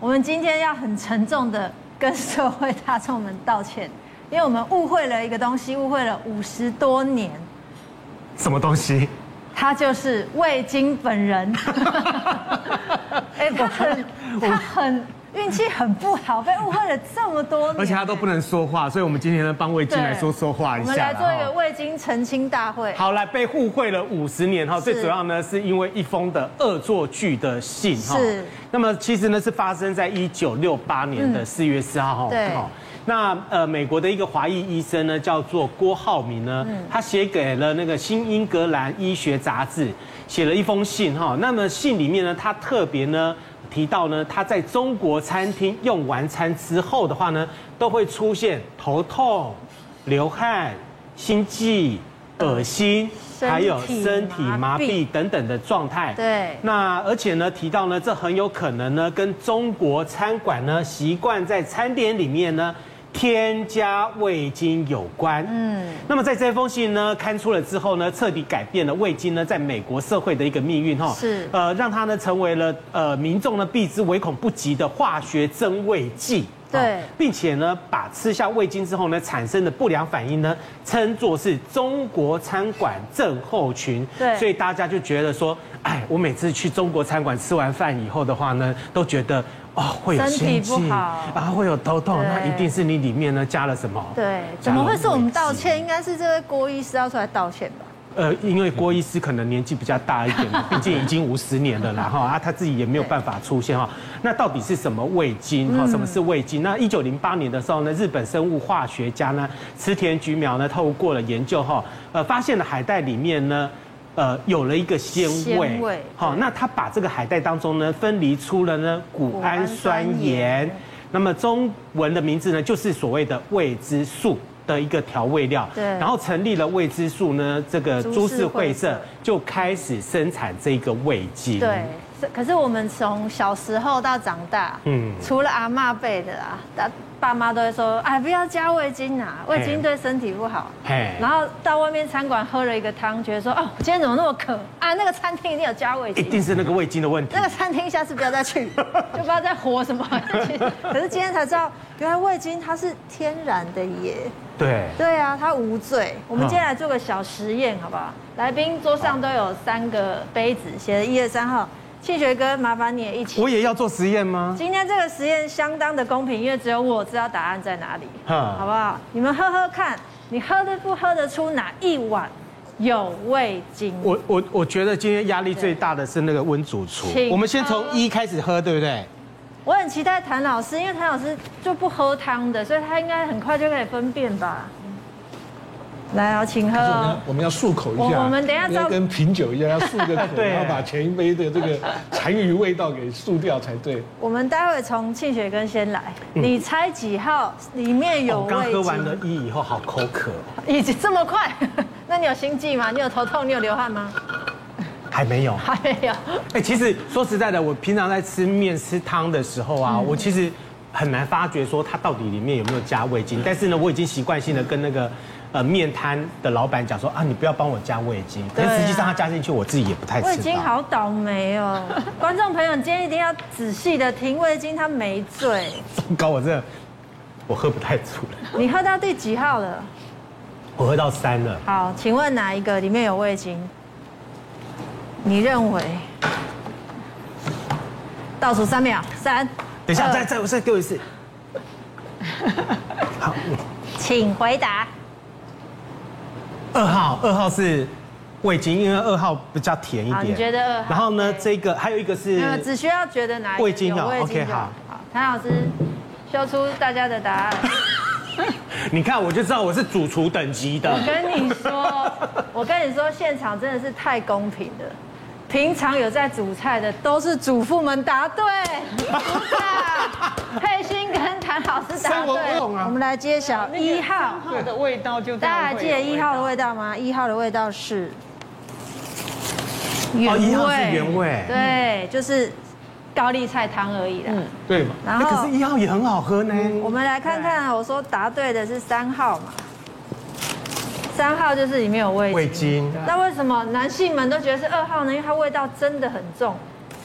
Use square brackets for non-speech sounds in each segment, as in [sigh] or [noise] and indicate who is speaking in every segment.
Speaker 1: 我们今天要很沉重的跟社会大众们道歉，因为我们误会了一个东西，误会了五十多年，
Speaker 2: 什么东西？
Speaker 1: 他就是魏晶本
Speaker 2: [laughs]
Speaker 1: 人。哎、他很他很运气很不好，被误会了这么多年，
Speaker 2: 而且他都不能说话，所以我们今天呢帮魏晶来说说话一
Speaker 1: 我
Speaker 2: 下
Speaker 1: 们来
Speaker 2: 啦
Speaker 1: 做一
Speaker 2: 哈
Speaker 1: 个魏晶澄清大会。
Speaker 2: 好来被互惠了五十年哈，最主要呢是因为一封的恶作剧的信哈
Speaker 1: 是。
Speaker 2: 那么其实呢是发生在一九六八年的四月四号哈。
Speaker 1: 嗯对
Speaker 2: 哈那呃，美国的一个华裔医生呢，叫做郭浩明呢，
Speaker 1: 嗯
Speaker 2: 他写给了那个《新英格兰医学杂志》，写了一封信哈。那么信里面呢，他特别呢提到呢，他在中国餐厅用完餐之后的话呢，都会出现头痛、流汗、心悸、恶心，
Speaker 1: 身
Speaker 2: 还有
Speaker 1: 体
Speaker 2: 身体麻
Speaker 1: 麻
Speaker 2: 痹
Speaker 1: 痹
Speaker 2: 等等的状态。
Speaker 1: 对
Speaker 2: 那而且呢，提到呢，这很有可能呢，跟中国餐馆呢习惯在餐点里面呢添加味精有关。嗯，那么在这封信呢刊出了之后呢，彻底改变了味精呢在美国社会的一个命运哈、
Speaker 1: 是
Speaker 2: 呃，让它呢成为了呃民众呢避之唯恐不及的化学增味剂。
Speaker 1: 对
Speaker 2: 哦并且呢，把吃下味精之后呢产生的不良反应呢，称作是中国餐馆症候群。
Speaker 1: 对
Speaker 2: 所以大家就觉得说，哎，我每次去中国餐馆吃完饭以后的话呢，都觉得哦会有
Speaker 1: 身体
Speaker 2: 心
Speaker 1: 不
Speaker 2: 悸，
Speaker 1: 好
Speaker 2: 然后会有头痛，
Speaker 1: 对
Speaker 2: 那一定是你里面呢加了什么？
Speaker 1: 对，
Speaker 2: 加
Speaker 1: 怎
Speaker 2: 了
Speaker 1: 么会是我们道
Speaker 2: 味精
Speaker 1: 歉？应该是这位郭医师要出来道歉吧？
Speaker 2: 呃，因为郭医师可能年纪比较大一点嘛，毕竟已经五十年了啦哈，啊，他自己也没有办法出现哈。那到底是什么味精哈？什么是味精？那一九零八年的时候呢，日本生物化学家呢池田菊苗呢透过了研究哈，呃，发现了海带里面呢。呃，有了一个鲜味
Speaker 1: 鲜味，
Speaker 2: 好，那他把这个海带当中呢分离出了呢谷
Speaker 1: 谷氨
Speaker 2: 氨酸
Speaker 1: 酸
Speaker 2: 盐
Speaker 1: 盐，
Speaker 2: 那么中文的名字呢就是所谓的味之素的一个调味料，
Speaker 1: 对
Speaker 2: 然后成立了味之素呢这个呃株
Speaker 1: 株式
Speaker 2: 式会
Speaker 1: 会
Speaker 2: 社
Speaker 1: 社
Speaker 2: 就开始生产这个味精。
Speaker 1: 对，是可是我们从小时候到长大，
Speaker 2: 嗯
Speaker 1: 嗯，除了阿嬷辈的啦，大爸妈都会说，哎，不要加味精啊，味
Speaker 2: 哎
Speaker 1: 精对身体不好。
Speaker 2: 嘿，
Speaker 1: 然后到外面餐馆喝了一个汤，觉得说，哦，我今天怎么那么渴啊？那个餐厅一定有加味
Speaker 2: 一
Speaker 1: 精。
Speaker 2: 定是那个味精的问题
Speaker 1: 那。个餐厅下次不要再
Speaker 2: [laughs]
Speaker 1: 去，就不知道在活什么。 [laughs] 可是今天才知道，原来味精它是天然的耶。
Speaker 2: 对，
Speaker 1: 对啊，它无罪。我们
Speaker 2: 嗯
Speaker 1: 今天来做个小实验，好不好？来宾桌上都有三个杯子，写的一二三号。庆学哥，麻烦你也一起。
Speaker 2: 我也要做实验吗？
Speaker 1: 今天这个实验相当的公平，因为只有我知道答案在哪里，
Speaker 2: 嗯
Speaker 1: 好不好？你们喝喝看，你喝得不喝得出哪一碗有味精？
Speaker 2: 我我我觉得今天压力最大的是那个温主厨
Speaker 1: 请。
Speaker 2: 我们先从一开始喝，对不对？
Speaker 1: 我很期待谭老师，因为谭老师就不喝汤的，所以他应该很快就可以分辨吧。来哦，请喝哦
Speaker 3: 我们要。我们要漱口一
Speaker 1: 我
Speaker 3: 下，
Speaker 1: 我们等一下
Speaker 3: 要
Speaker 1: 照
Speaker 3: 跟品酒一样，要漱个
Speaker 1: [laughs]
Speaker 3: 口，
Speaker 2: 对
Speaker 3: 然后把前一杯的这个残余味道给漱掉才对。
Speaker 1: 我们待会从庆雪根先来，你猜几号里面有
Speaker 2: 嗯哦我刚
Speaker 1: 味
Speaker 2: 喝完了
Speaker 1: 精？
Speaker 2: 一以后，好口渴哦，
Speaker 1: 已经这么快？ [laughs] 那你有心悸吗？你有头痛？你有流汗吗？
Speaker 2: [laughs] 还没有。
Speaker 1: 还没有。
Speaker 2: 哎、其实说实在的，我平常在吃面、吃汤的时候
Speaker 1: 嗯
Speaker 2: 啊，我其实很难发觉说它到底里面有没有加味精。但是呢，我已经习惯性的跟那个呃面摊的老板讲说啊，你不要帮我加味精。可
Speaker 1: 对啊
Speaker 2: 是实际上它加进去，我自己也不太
Speaker 1: 味
Speaker 2: 吃
Speaker 1: 精
Speaker 2: 到。
Speaker 1: 好倒霉
Speaker 2: [laughs]
Speaker 1: 哦，观众朋友，你今天一定要仔细的听，味精它没醉。
Speaker 2: 糟糕，我真的我喝不太出来，
Speaker 1: 你喝到第几号了？
Speaker 2: 我喝到三了。
Speaker 1: 好，请问哪一个里面有味精？你认为？倒数三秒，三。
Speaker 2: 等一下，
Speaker 1: 二
Speaker 2: 再再我再给我一次。好，
Speaker 1: 请回答。
Speaker 2: 二号，二号是味精，因为二号比较甜一点。
Speaker 1: 好你觉得二号
Speaker 2: 然后呢，
Speaker 1: 对
Speaker 2: 这个还有一个是
Speaker 1: 没有，只需要觉得哪一个
Speaker 2: 味精哦
Speaker 1: 有味精
Speaker 2: OK，
Speaker 1: 就
Speaker 2: 好
Speaker 1: 好。好，谭老师，秀出大家的答案。
Speaker 2: [laughs] 你看，我就知道我是主厨等级的。
Speaker 1: 我跟你说，我跟你说，现场真的是太公平了。平常有在煮菜的都是主妇们答对，不是啊？佩欣跟谭老师答
Speaker 3: 生活不
Speaker 1: 对。
Speaker 3: 懂啊
Speaker 1: 我们来揭晓一号，
Speaker 4: 它的味道就
Speaker 1: 大家还记得一
Speaker 5: 欸
Speaker 1: 号的味
Speaker 4: 道，
Speaker 1: 道吗？一号的味道是
Speaker 2: 哦一号是原味
Speaker 1: 对，就是高丽菜汤而已啦。
Speaker 3: 对嘛？
Speaker 1: 然
Speaker 2: 哎
Speaker 1: 后
Speaker 2: 可是一号也很好喝呢。
Speaker 1: 我们来看
Speaker 3: 啊
Speaker 1: 看，我说答对的是三号嘛，三号就是里面有味精。
Speaker 2: 味精
Speaker 1: 那为什么男性们都觉得是二号呢？因为它味道真的很重，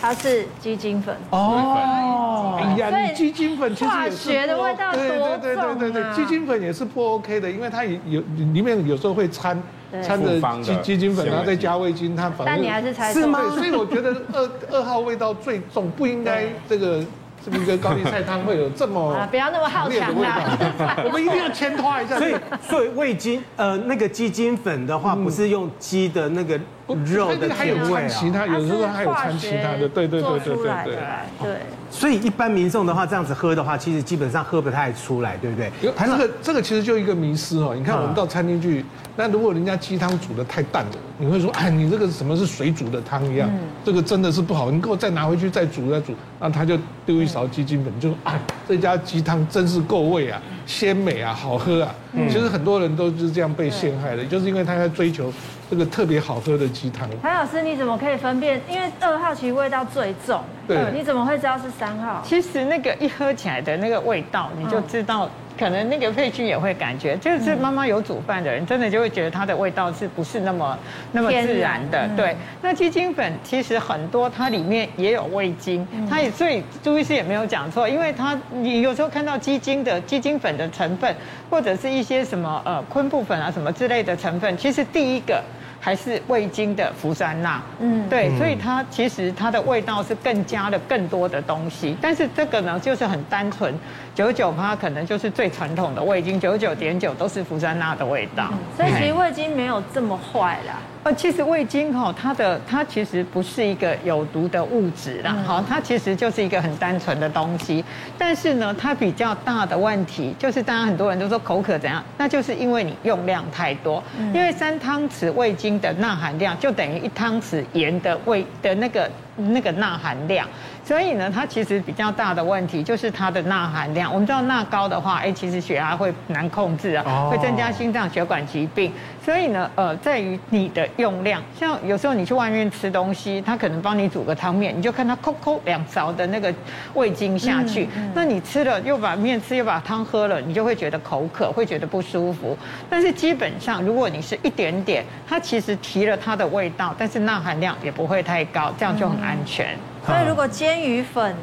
Speaker 1: 它是鸡精粉。
Speaker 2: 哦，
Speaker 3: 哎呀，呀、
Speaker 1: 所以
Speaker 3: 你鸡精粉其实
Speaker 1: 化
Speaker 3: 也是
Speaker 1: 学的
Speaker 3: 不
Speaker 1: 味道
Speaker 3: OK-
Speaker 1: 多
Speaker 3: 对对对对对
Speaker 1: 重啊
Speaker 3: 对，鸡精粉也是不 OK 的，因为它有有里面有时候会掺
Speaker 1: 对
Speaker 3: 掺
Speaker 4: 复
Speaker 3: 着
Speaker 4: 方的
Speaker 3: 鸡鸡精粉，
Speaker 4: 纤维
Speaker 3: 然后再加味精，它反正
Speaker 1: 但你还是猜中
Speaker 2: 是吗
Speaker 3: 对，所以我觉得二二号味道最重，不应该这个这个一个高丽菜汤会有这
Speaker 1: 啊
Speaker 3: 么，
Speaker 1: 不要那么好
Speaker 3: 强烈的
Speaker 1: 强啊
Speaker 3: 味
Speaker 1: 啦。 [laughs]
Speaker 3: 道。我们一定要牵拖一下，
Speaker 2: 所以，所以味精，呃，那个鸡精粉的话，不是用鸡的那个肉
Speaker 3: 它这
Speaker 2: 的
Speaker 3: 个还有
Speaker 2: 甜味啊
Speaker 3: 掺其。他，有时候还有
Speaker 1: 它是
Speaker 3: 掺
Speaker 1: 化
Speaker 3: 其
Speaker 1: 学
Speaker 3: 他的，对对
Speaker 1: 做
Speaker 3: 对对
Speaker 1: 出
Speaker 3: 对
Speaker 1: 来
Speaker 3: 对
Speaker 1: 的。啦，对。
Speaker 2: 所以一般民众的话，这样子喝的话，其实基本上喝不太出来，对不对？
Speaker 3: 因为这个这个其实就一个迷失哦。你看
Speaker 2: 嗯
Speaker 3: 我们到餐厅去，那如果人家鸡汤煮的太淡了，你会说，哎，你这个什么是水煮的汤一样，
Speaker 1: 嗯
Speaker 3: 这个真的是不好，你给我再拿回去再煮再煮，那他就丢一
Speaker 1: 嗯
Speaker 3: 勺鸡精粉，就说，哎，这家鸡汤真是够味啊，鲜美啊，好喝啊。
Speaker 2: 嗯
Speaker 3: 其实很多人都是这样被陷害的，就是因为他在追求这个特别好喝的鸡汤。
Speaker 1: 谭老师，你怎么可以分辨？因为二号其实味道最重，
Speaker 3: 对
Speaker 1: 你怎么会知道是三号？
Speaker 5: 其实那个一喝起来的那个味道，你就知道，可能那个佩君也会感觉，就是妈妈有煮饭的人，真的就会觉得它的味道是不是那么那么自然的
Speaker 1: 天然？
Speaker 5: 对。那鸡精粉其实很多，它里面也有味精，它也所以朱医师也没有讲错，因为它你有时候看到鸡精的鸡精粉的成分，或者是一些什么呃昆布粉啊什么之类的成分，其实第一个。还是味精的氟酸钠，
Speaker 1: 嗯
Speaker 5: 嗯，对，所以它其实它的味道是更加了更多的东西，但是这个呢就是很单纯，九九趴可能就是最传统的味精，九九点九都是氟酸钠的味道，
Speaker 1: 所以其实味精没有这么坏啦。
Speaker 5: 呃，其实味精哈、它的它其实不是一个有毒的物质啦，好、它其实就是一个很单纯的东西。但是呢，它比较大的问题就是，大家很多人都说口渴怎样，那就是因为你用量太多，因为三汤匙味精的钠含量就等于一汤匙盐的味的那个那个钠含量。所以呢，它其实比较大的问题就是它的钠含量。我们知道钠高的话，哎，其实血压会难控制啊
Speaker 2: 哦，
Speaker 5: 会增加心脏血管疾病。所以呢，呃，在于你的用量。像有时候你去外面吃东西，他可能帮你煮个汤面，你就看他抠抠两勺的那个味精下去，那你吃了又把面吃又把汤喝了，你就会觉得口渴，会觉得不舒服。但是基本上，如果你是一点点，它其实提了它的味道，但是钠含量也不会太高，这样就很安全。
Speaker 1: 所
Speaker 4: 嗯
Speaker 1: 以如果煎鱼粉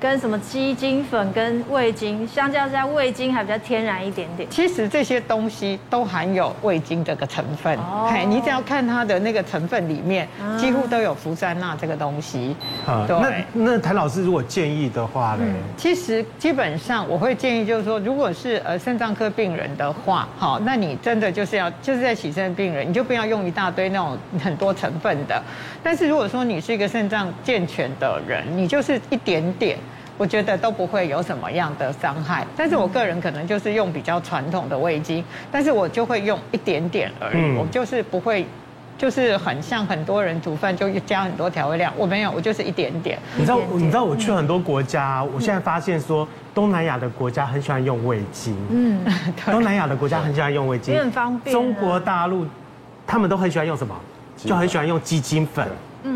Speaker 1: 跟什么鸡精粉跟味精相较之下，味精还比较天然一点点。
Speaker 5: 其实这些东西都含有味精这个成分，
Speaker 1: 哦
Speaker 5: 嘿，你只要看它的那个成分里面，几乎都有氟酸钠这个东西
Speaker 2: 啊，。那
Speaker 5: 对，
Speaker 2: 那谭老师如果建议的话呢？
Speaker 5: 其实基本上我会建议就是说，如果是呃肾脏科病人的话，好，那你真的就是要就是在洗肾病人，你就不要用一大堆那种很多成分的。但是如果说你是一个肾脏健全的人，你就是一点点。我觉得都不会有什么样的伤害。但是我个人可能就是用比较传统的味精，但是我就会用一点点而已，
Speaker 2: 嗯
Speaker 5: 我就是不会。就是很像很多人煮饭就加很多调味料，我没有，我就是一点点。
Speaker 2: 你知道
Speaker 1: 一，点点
Speaker 2: 你知道我去很多国家啊，我现在发现说，东南亚的国家很喜欢用味精，
Speaker 5: [laughs]
Speaker 1: 嗯，
Speaker 2: 东南亚的国家很喜欢用味精，
Speaker 1: 也很方便啊
Speaker 2: 中国大陆，他们都很喜欢用什么？
Speaker 4: 鸡粉
Speaker 2: 就很喜欢用鸡精粉，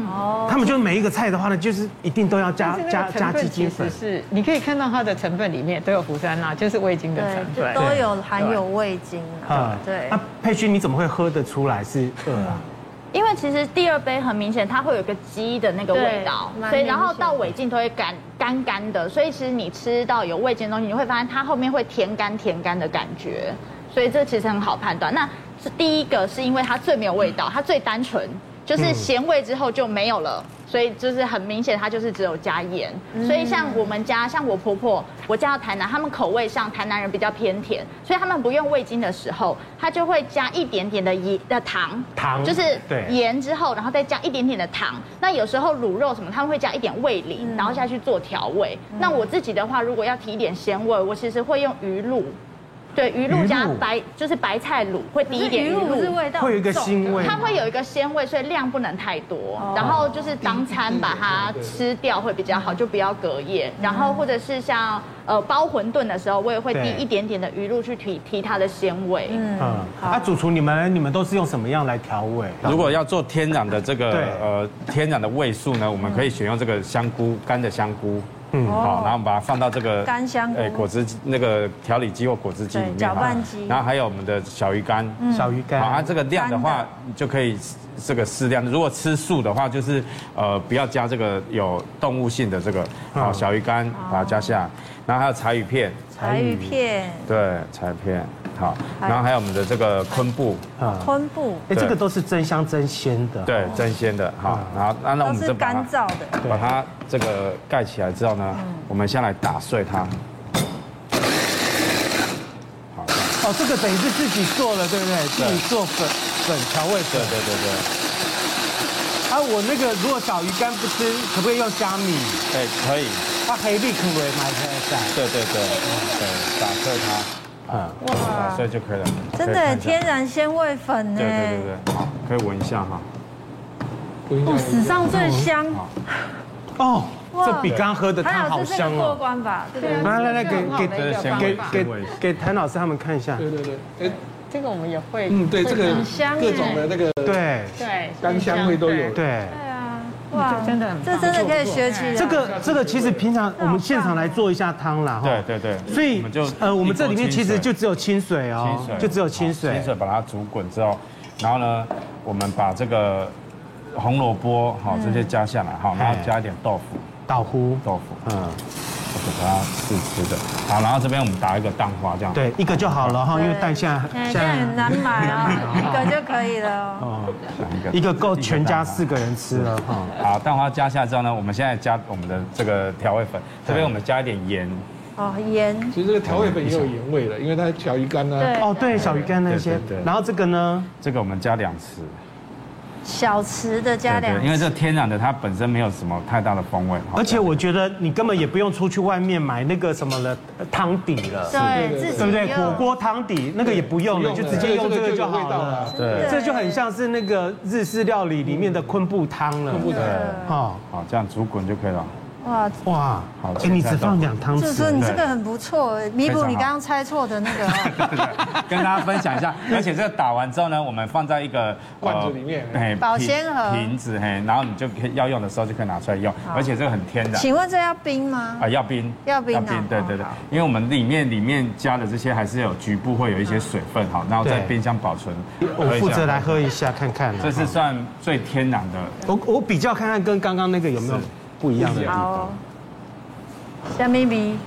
Speaker 1: 哦，
Speaker 2: 他们就每一个菜的话呢，就是一定都要加
Speaker 5: 但是那
Speaker 2: 加
Speaker 5: 个
Speaker 2: 加鸡
Speaker 5: 成分其
Speaker 2: 精
Speaker 5: 实
Speaker 2: 粉。
Speaker 5: 是你可以看到它的成分里面都有氟酸钠，就是味精的
Speaker 1: 对
Speaker 5: 成，
Speaker 1: 就
Speaker 5: 分。
Speaker 1: 都有含有味精啊。
Speaker 4: 嗯
Speaker 1: 对
Speaker 2: 那，嗯佩勋你怎么会喝得出来是二啊？
Speaker 6: 因为其实第二杯很明显，它会有一个鸡的那个味道
Speaker 1: 对，蛮
Speaker 6: 所以
Speaker 1: 明显
Speaker 6: 然后到尾劲都会干干干的，所以其实你吃到有味精的东西，你会发现它后面会甜干甜干的感觉，所以这其实很好判断。那是第一个是因为它最没有味道，它最单纯，就是咸味之后就没有了。所以就是很明显，它就是只有加盐。
Speaker 1: 嗯
Speaker 6: 所以像我们家，像我婆婆，我嫁到台南，他们口味上台南人比较偏甜，所以他们不用味精的时候，他就会加一点点的盐的糖，
Speaker 2: 糖
Speaker 6: 就是
Speaker 2: 对
Speaker 6: 盐之后，然后再加一点点的糖。那有时候卤肉什么，他们会加一点味淋，
Speaker 1: 嗯
Speaker 6: 然后下去做调味。那我自己的话，如果要提一点鲜味，我其实会用鱼露，对，鱼
Speaker 2: 鱼
Speaker 6: 露
Speaker 2: 露
Speaker 6: 加白就是白菜卤，会滴
Speaker 1: 可是
Speaker 6: 一点
Speaker 1: 鱼
Speaker 6: 鱼
Speaker 1: 露不是
Speaker 6: 露。
Speaker 1: 味道很重的，
Speaker 2: 会有一个腥味
Speaker 6: 它会有一个鲜味，所以量不能太多，
Speaker 1: 哦
Speaker 6: 然后就是当餐把它吃掉会比较
Speaker 1: 嗯
Speaker 6: 好，就不要隔夜。然后或者是像呃包馄饨的时候，我也会滴
Speaker 2: 对
Speaker 6: 一点点的鱼露去提提它的鲜味。
Speaker 1: 嗯
Speaker 2: 嗯，啊，主厨你们你们都是用什么样来调味？
Speaker 4: 如果要做天然的这个
Speaker 2: 对
Speaker 4: 呃天然的味素呢，我们可以选用这个香菇干的香菇，嗯，好，然后我们把它放到这个
Speaker 1: 哦干香菇
Speaker 4: 哎果汁机那个调理机或果汁机里面，
Speaker 1: 对搅拌
Speaker 4: 哈
Speaker 1: 机嗯
Speaker 5: 嗯
Speaker 4: 然后还有我们的小鱼干，
Speaker 2: 小鱼干
Speaker 4: 好，它这个量的
Speaker 1: 干
Speaker 4: 啊话
Speaker 1: 的，
Speaker 4: 你就可以这个适量。如果吃素的话，就是呃不要加这个有动物性的这个好小鱼干，把它加下来，然后还有柴鱼片，
Speaker 1: 哦柴鱼片、
Speaker 4: 对，柴鱼片好，然后还有我们的这个昆布，
Speaker 2: 啊，
Speaker 1: 昆布，
Speaker 2: 哎，这
Speaker 4: 对
Speaker 2: 个都是真香真鲜的。
Speaker 4: 对，真鲜的好，
Speaker 2: 嗯
Speaker 4: 然后那那我
Speaker 1: 都
Speaker 4: 们
Speaker 1: 是嗯
Speaker 4: 就把
Speaker 1: 干
Speaker 4: 它
Speaker 1: 燥的。
Speaker 2: 对
Speaker 4: 把它这个盖起来之后呢，我们先来打碎它，
Speaker 2: 哦，这个等于是自己做了，对不对？自己做粉粉调味
Speaker 4: 对
Speaker 2: 粉
Speaker 4: 对。对
Speaker 2: 啊，
Speaker 4: 对，
Speaker 2: 我那个如果小鱼干不吃，可不可以用虾米？
Speaker 4: 对哎可以，
Speaker 2: 啊，黑米可不可以买起来？
Speaker 4: 对对对
Speaker 1: 嗯
Speaker 4: 对，打碎它，嗯，打碎就可以了，
Speaker 1: 真
Speaker 4: 可以看
Speaker 1: 的
Speaker 4: 一下
Speaker 1: 天然鲜味粉呢，
Speaker 4: 对对对对，好，可以闻一下哈。
Speaker 3: 我应该
Speaker 1: 哦，史上最香，
Speaker 4: 嗯
Speaker 2: 哦，
Speaker 1: 哇
Speaker 2: 这比刚喝的汤
Speaker 1: 谭
Speaker 2: 好
Speaker 1: 老师这
Speaker 2: 香
Speaker 1: 个过
Speaker 2: 哦。
Speaker 1: 关吧？对不对？
Speaker 2: 来来来，
Speaker 5: 这个很好
Speaker 2: 给
Speaker 5: 的一个
Speaker 4: 给
Speaker 5: 方
Speaker 2: 给
Speaker 5: 法
Speaker 2: 给给给谭老师他们看一下。
Speaker 3: 对对对，哎，
Speaker 5: 这个我们也会，
Speaker 3: 嗯，对，这个
Speaker 1: 很香
Speaker 3: 各种的那个
Speaker 2: 对
Speaker 5: 对，
Speaker 3: 干香味都有
Speaker 2: 对，
Speaker 1: 对啊，哇，
Speaker 5: 这真的很
Speaker 1: 这
Speaker 5: 棒
Speaker 1: 真的可以学起来。
Speaker 2: 这个这个其实平常我们现场来做一下汤啦。哈
Speaker 4: 对。对对，
Speaker 2: 所以呃，我们这里面其实就只有清水
Speaker 4: 清
Speaker 2: 哦
Speaker 4: 水，，
Speaker 2: 就只有清水
Speaker 4: 清。水把它煮滚之后，然后呢，我们把这个红萝卜好
Speaker 1: 嗯
Speaker 4: 直接加下来，好，然后加一点豆腐，
Speaker 2: 倒糊。
Speaker 4: 豆腐，
Speaker 2: 嗯，
Speaker 4: 给它试吃的，好，然后这边我们打一个蛋花这样，
Speaker 2: 对，一个就好了哈，因为蛋现在
Speaker 1: 哎
Speaker 2: 现
Speaker 1: 这样很
Speaker 2: 在
Speaker 1: 难买啊，
Speaker 4: [laughs]
Speaker 1: 一个就可以了哦。
Speaker 2: 哦，
Speaker 4: 一个嗯
Speaker 2: 一个够全
Speaker 4: [laughs]
Speaker 2: 家四个人吃了哈。
Speaker 4: 好，蛋花加下来之后呢，我们现在加我们的这个调味粉，这边我们加一点盐，
Speaker 1: 哦，盐，
Speaker 3: 其实这个调味粉也有盐味的，因为它小鱼干呢、啊
Speaker 1: 对
Speaker 2: 哦，对，小鱼干那些
Speaker 4: 对对。对
Speaker 2: 然后这个呢，
Speaker 4: 这个我们加两匙，
Speaker 1: 小匙的加
Speaker 4: 对
Speaker 1: 两
Speaker 4: 对，因为这天然的它本身没有什么太大的风味，好
Speaker 2: 而且我觉得你根本也不用出去外面买那个什么了呃汤底了，
Speaker 1: 对
Speaker 3: 对
Speaker 1: 自己
Speaker 2: 对不对？
Speaker 1: 用
Speaker 2: 火锅汤底那个也不用了，就直接用这个就好了。
Speaker 4: 对
Speaker 2: 这就很像是那个日式料理里面的昆布汤了。
Speaker 3: 不
Speaker 4: 对，
Speaker 2: 哦，
Speaker 4: 好，这样煮滚就可以了。 [laughs]
Speaker 1: 哇，
Speaker 2: 哇，
Speaker 4: 好
Speaker 2: 哎，你只放两汤
Speaker 1: 就
Speaker 2: 匙
Speaker 1: 是你，这个很不错，欸弥补你刚刚猜错的那个哦 [laughs]
Speaker 4: 跟大家分享
Speaker 2: [laughs]
Speaker 4: 一下。而且这个打完之后呢，我们放在一个
Speaker 3: 罐子里面
Speaker 4: 呃嘿
Speaker 1: 保鲜盒
Speaker 4: 瓶瓶子，嘿，然后你就可以要用的时候就可以拿出来用，而且这个很天然。
Speaker 1: 请问这要冰吗？
Speaker 2: 哎
Speaker 4: 啊，要冰，
Speaker 1: 要冰哦
Speaker 4: 对对对
Speaker 1: 好好，
Speaker 4: 因为我们里面里面加的这些还是有局部会有一些水分，好，然后在
Speaker 2: 对
Speaker 4: 冰箱保存。
Speaker 2: 我负责来，喝一下看看。啊
Speaker 4: 这是算最天然的。
Speaker 2: 我我比较看看跟刚刚那个有没有
Speaker 4: 是
Speaker 2: 不一样的地
Speaker 1: 好
Speaker 2: 方
Speaker 1: 哦。，下面米，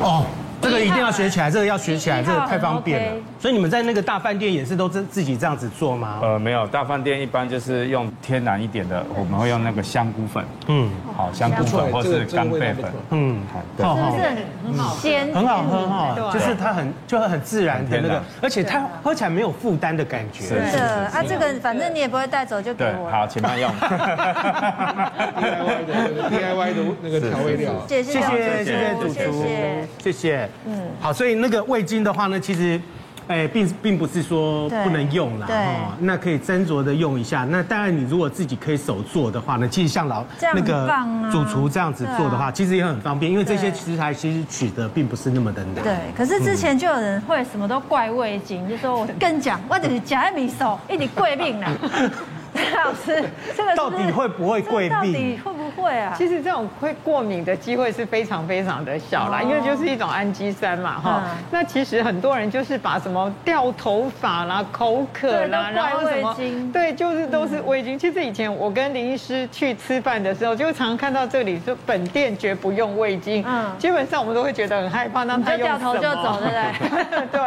Speaker 2: 哦，这个一定要学起来，这个要学起来，
Speaker 1: 一
Speaker 2: 这
Speaker 1: 号
Speaker 2: 个太方便
Speaker 1: 很
Speaker 2: 了
Speaker 1: OK。
Speaker 2: 所以你们在那个大饭店也是都自自己这样子做吗？
Speaker 4: 呃，没有，大饭店一般就是用天然一点的，我们会用那个香菇粉，
Speaker 2: 嗯
Speaker 4: 好，香菇
Speaker 3: 不错
Speaker 4: 粉或
Speaker 3: 这个
Speaker 4: 是
Speaker 3: 这个
Speaker 4: 干
Speaker 3: 味道
Speaker 4: 贝
Speaker 3: 不
Speaker 4: 粉，
Speaker 3: 错
Speaker 2: 嗯，
Speaker 4: 好对
Speaker 2: 好
Speaker 1: 是不
Speaker 2: 好
Speaker 1: 是。很好鲜？
Speaker 2: 很好喝哈，
Speaker 5: 对
Speaker 2: 就是它很就很自然的那
Speaker 4: 很天
Speaker 2: 个
Speaker 4: 然，
Speaker 2: 而且它喝起来没有负担的感
Speaker 4: 是
Speaker 2: 觉。
Speaker 1: 真的啊，这个反正你也不会带走，就给
Speaker 4: 对，
Speaker 1: 我了。
Speaker 4: 好，请慢用。 [laughs]
Speaker 3: DIY 的 DIY 的那个调味料。啊
Speaker 1: 谢谢
Speaker 2: 谢
Speaker 1: 老
Speaker 2: 谢
Speaker 1: 师
Speaker 2: 谢谢主
Speaker 1: 谢
Speaker 2: 厨
Speaker 1: 谢，
Speaker 2: 谢谢。嗯，好，所以那个味精的话呢，其实。哎，并并不是说
Speaker 1: 对
Speaker 2: 不能用啦，
Speaker 1: 对
Speaker 2: 哈那可以斟酌的用一下。那当然，你如果自己可以手做的话呢，其实像老
Speaker 1: 这样
Speaker 2: 那
Speaker 1: 很
Speaker 2: 个
Speaker 1: 棒啊
Speaker 2: 主厨这样子做的
Speaker 1: 对啊
Speaker 2: 话，其实也很方便，因为这些
Speaker 1: 对
Speaker 2: 食材其实取得并不是那么的难。
Speaker 1: 对，可是之前就有人会什么都怪味精，就说我跟你讲，我只是夹米
Speaker 2: [laughs]
Speaker 1: 手，一直贵病啦。老师，这个是不是
Speaker 2: 到底会不会过敏
Speaker 1: 这到底会不会啊？
Speaker 5: 其实这种会过敏的机会是非常非常的小啦，
Speaker 1: 哦
Speaker 5: 因为就是一种氨基酸嘛，哈
Speaker 1: 嗯。
Speaker 5: 那其实很多人就是把什么掉头发啦、口渴啦，
Speaker 1: 对都怪
Speaker 5: 然后什么
Speaker 1: 味精嗯
Speaker 5: 对，就是都是味精。其实以前我跟林医师去吃饭的时候，就常看到这里说本店绝不用味精，
Speaker 1: 嗯
Speaker 5: 嗯，基本上我们都会觉得很害怕，那
Speaker 1: 你
Speaker 5: 他
Speaker 1: 就
Speaker 5: 用
Speaker 1: 掉
Speaker 5: 什
Speaker 1: 头就走，
Speaker 5: 么？
Speaker 1: 对不对？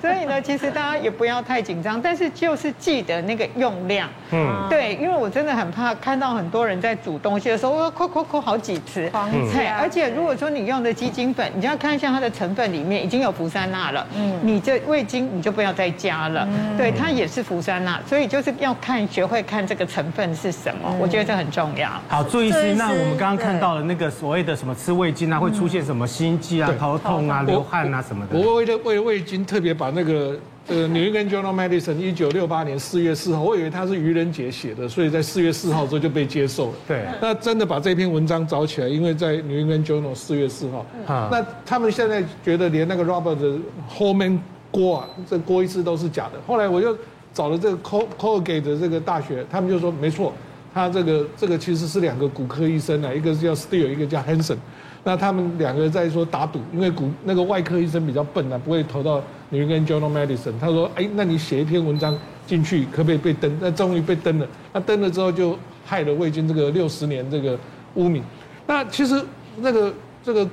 Speaker 5: [laughs] 对，所以呢，其实大家也不要太紧张，但是就是记得那个用量。
Speaker 1: 啊
Speaker 2: 嗯，
Speaker 5: 对，因为我真的很怕看到很多人在煮东西的时候，我要扣扣扣好几次。
Speaker 1: 狂
Speaker 5: 对，
Speaker 1: 加
Speaker 5: 而且如果说你用的鸡精粉，你就要看一下它的成分里面已经有氟酸钠了，嗯，你这味精你就不要再加了，
Speaker 1: 嗯
Speaker 5: 对，它也是氟酸钠，所以就是要看学会看这个成分是什
Speaker 1: 嗯
Speaker 5: 么，我觉得这很重要。
Speaker 2: 好，注意
Speaker 1: 注意
Speaker 2: 是
Speaker 1: 是嗯
Speaker 2: 那我们刚刚看到了那个所谓的什么吃味精啊，会出现什么心悸啊、
Speaker 3: 对
Speaker 2: 头痛啊、流汗啊什么的。
Speaker 3: 我为了为了味精特别把那个呃《New England Journal Medicine》一九六八年四月四号，我以为它是愚人节写的，所以在四月四号之后就被接受了。
Speaker 2: 对
Speaker 3: 那真的把这篇文章找起来，因为在《New England Journal》四月四号。
Speaker 2: 啊
Speaker 3: 那他们现在觉得连那个 Robert 的 Holman 锅啊，这锅一次都是假的。后来我就找了这个 Col- Colgate 的这个大学，他们就说没错。他这个这个其实是两个骨科医生啊，一个是叫 Steele，一个叫 Hanson。那他们两个在说打赌，因为骨那个外科医生比较笨啊，不会投到《New England Journal Medicine》。他说：“哎，那你写一篇文章进去，可不可以被登？”那终于被登了。那登了之后，就害了魏军这个六十年这个污名。那其实那个这个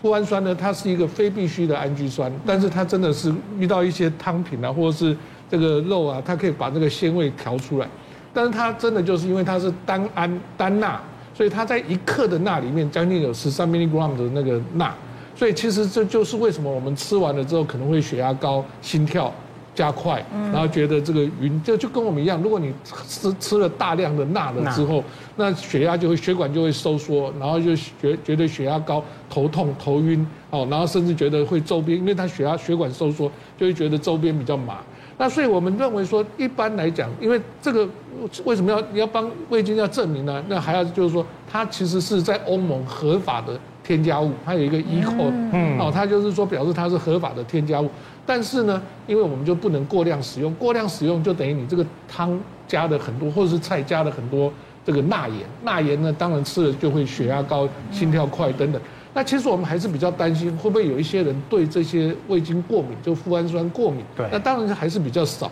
Speaker 3: 富氨酸呢，它是一个非必需的氨基酸，但是它真的是遇到一些汤品啊，或者是这个肉啊，它可以把这个鲜味调出来。但是它真的就是因为它是单胺单钠，所以它在一克的钠里面将近有十三 milligram 的那个钠，所以其实这就是为什么我们吃完了之后可能会血压高、心跳加快，然后觉得这个晕，就就跟我们一样，如果你吃吃了大量的钠了之后，那血压就会血管就会收缩，然后就觉觉得血压高、头痛、头晕哦，然后甚至觉得会周边，因为它血压血管收缩，就会觉得周边比较麻。那所以我们认为说，一般来讲，因为这个为什么要你要帮味精要证明呢？那还要就是说，它其实是在欧盟合法的添加物，它有一个 E code，嗯，哦，它就是说表示它是合法的添加物。但是呢，因为我们就不能过量使用，过量使用就等于你这个汤加了很多，或者是菜加了很多这个钠盐，钠盐呢，当然吃了就会血压高、心跳快等等。那其实我们还是比较担心，会不会有一些人对这些味精过敏，就富氨酸过敏？
Speaker 2: 对
Speaker 3: 那当然还是比较少。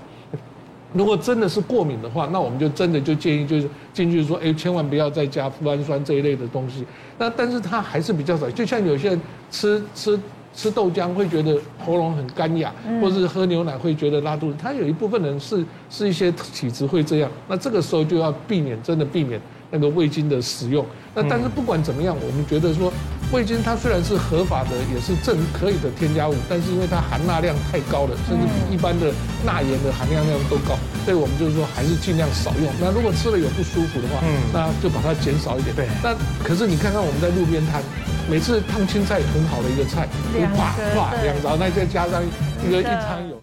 Speaker 3: 如果真的是过敏的话，那我们就真的就建议就是进去说，哎，千万不要再加富氨酸这一类的东西。那但是它还是比较少，就像有些人吃吃吃豆浆会觉得喉咙很干哑，或者是喝牛奶会觉得拉肚子，他有一部分人是是一些体质会这样。那这个时候就要避免，真的避免那个味精的使用。那但是不管怎么样，我们觉得说味精它虽然是合法的，也是正可以的添加物，但是因为它含钠量太高了，
Speaker 1: 嗯
Speaker 3: 甚至比一般的钠盐的含量量都高，所以我们就是说还是尽量少用。那如果吃了有不舒服的话，
Speaker 1: 嗯
Speaker 3: 那就把它减少一点。
Speaker 2: 对
Speaker 3: 那可是你看看我们在路边摊，每次烫青菜很好的一个菜，
Speaker 1: 两
Speaker 3: 啪
Speaker 1: 个
Speaker 3: 啪
Speaker 1: 对
Speaker 3: 两勺，那再加上一个一
Speaker 1: 真的
Speaker 3: 汤油。